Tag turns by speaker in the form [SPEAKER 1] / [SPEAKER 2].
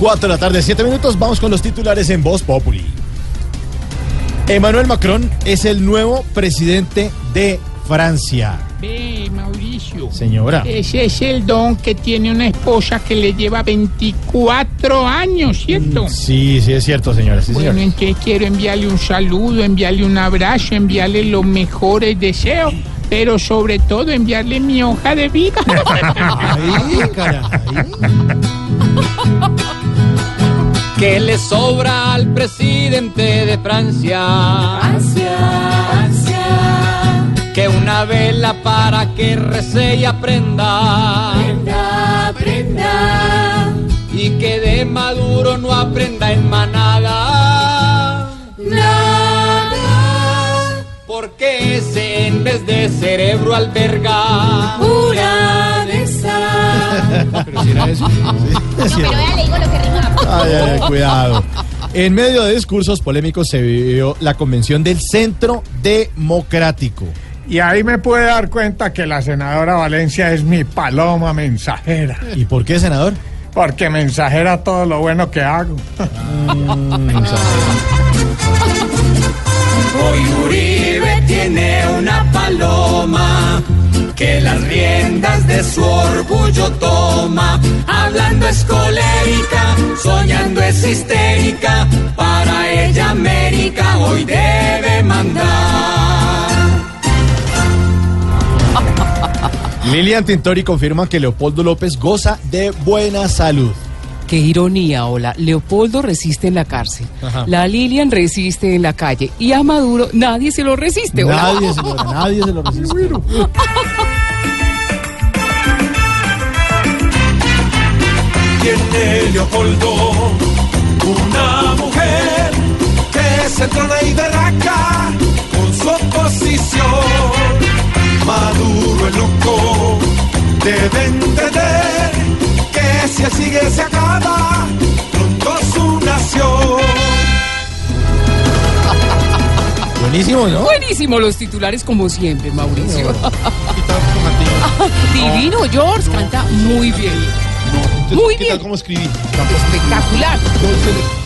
[SPEAKER 1] 4 de la tarde, 7 minutos. Vamos con los titulares en Voz Populi. Emmanuel Macron es el nuevo presidente de Francia.
[SPEAKER 2] Ve, Mauricio.
[SPEAKER 1] Señora.
[SPEAKER 2] Ese es el don que tiene una esposa que le lleva 24 años, ¿cierto?
[SPEAKER 1] Mm, Sí, sí, es cierto, señora. Sí, señor.
[SPEAKER 2] Bueno, entonces quiero enviarle un saludo, enviarle un abrazo, enviarle los mejores deseos, pero sobre todo enviarle mi hoja de vida.
[SPEAKER 1] Ahí, caray.
[SPEAKER 3] que le sobra al presidente de Francia. Francia, Francia. Que una vela para que rece y aprenda. Aprenda, aprenda. Y que de Maduro no aprenda en manada. Nada. Porque ese en vez de cerebro alberga. Pura
[SPEAKER 1] Es cierto. Ay, ay, ay, cuidado. En medio de discursos polémicos se vivió la convención del Centro Democrático.
[SPEAKER 4] Y ahí me puede dar cuenta que la senadora Valencia es mi paloma mensajera.
[SPEAKER 1] ¿Y por qué, senador?
[SPEAKER 4] Porque mensajera todo lo bueno que hago.
[SPEAKER 3] Hoy Uribe tiene una paloma que las riendas de su orgullo toma. Hablando es colérica, soñando es histérica. Para ella América hoy debe mandar.
[SPEAKER 1] Lilian Tintori confirma que Leopoldo López goza de buena salud.
[SPEAKER 5] Qué ironía, hola. Leopoldo resiste en la cárcel.
[SPEAKER 1] Ajá.
[SPEAKER 5] La Lilian resiste en la calle. Y a Maduro nadie se lo resiste, hola.
[SPEAKER 1] Nadie, señora, nadie se lo resiste.
[SPEAKER 3] Tiene Leopoldo una mujer que se trona y berraca con su oposición. Maduro el loco debe entender que si él sigue se acaba pronto su nación.
[SPEAKER 1] Buenísimo, ¿no?
[SPEAKER 5] Buenísimo los titulares como siempre, Mauricio. Ah, Divino, George canta muy bien. Muy
[SPEAKER 1] ¿Qué
[SPEAKER 5] bien.
[SPEAKER 1] tal cómo escribí?
[SPEAKER 5] Espectacular.
[SPEAKER 1] Entonces,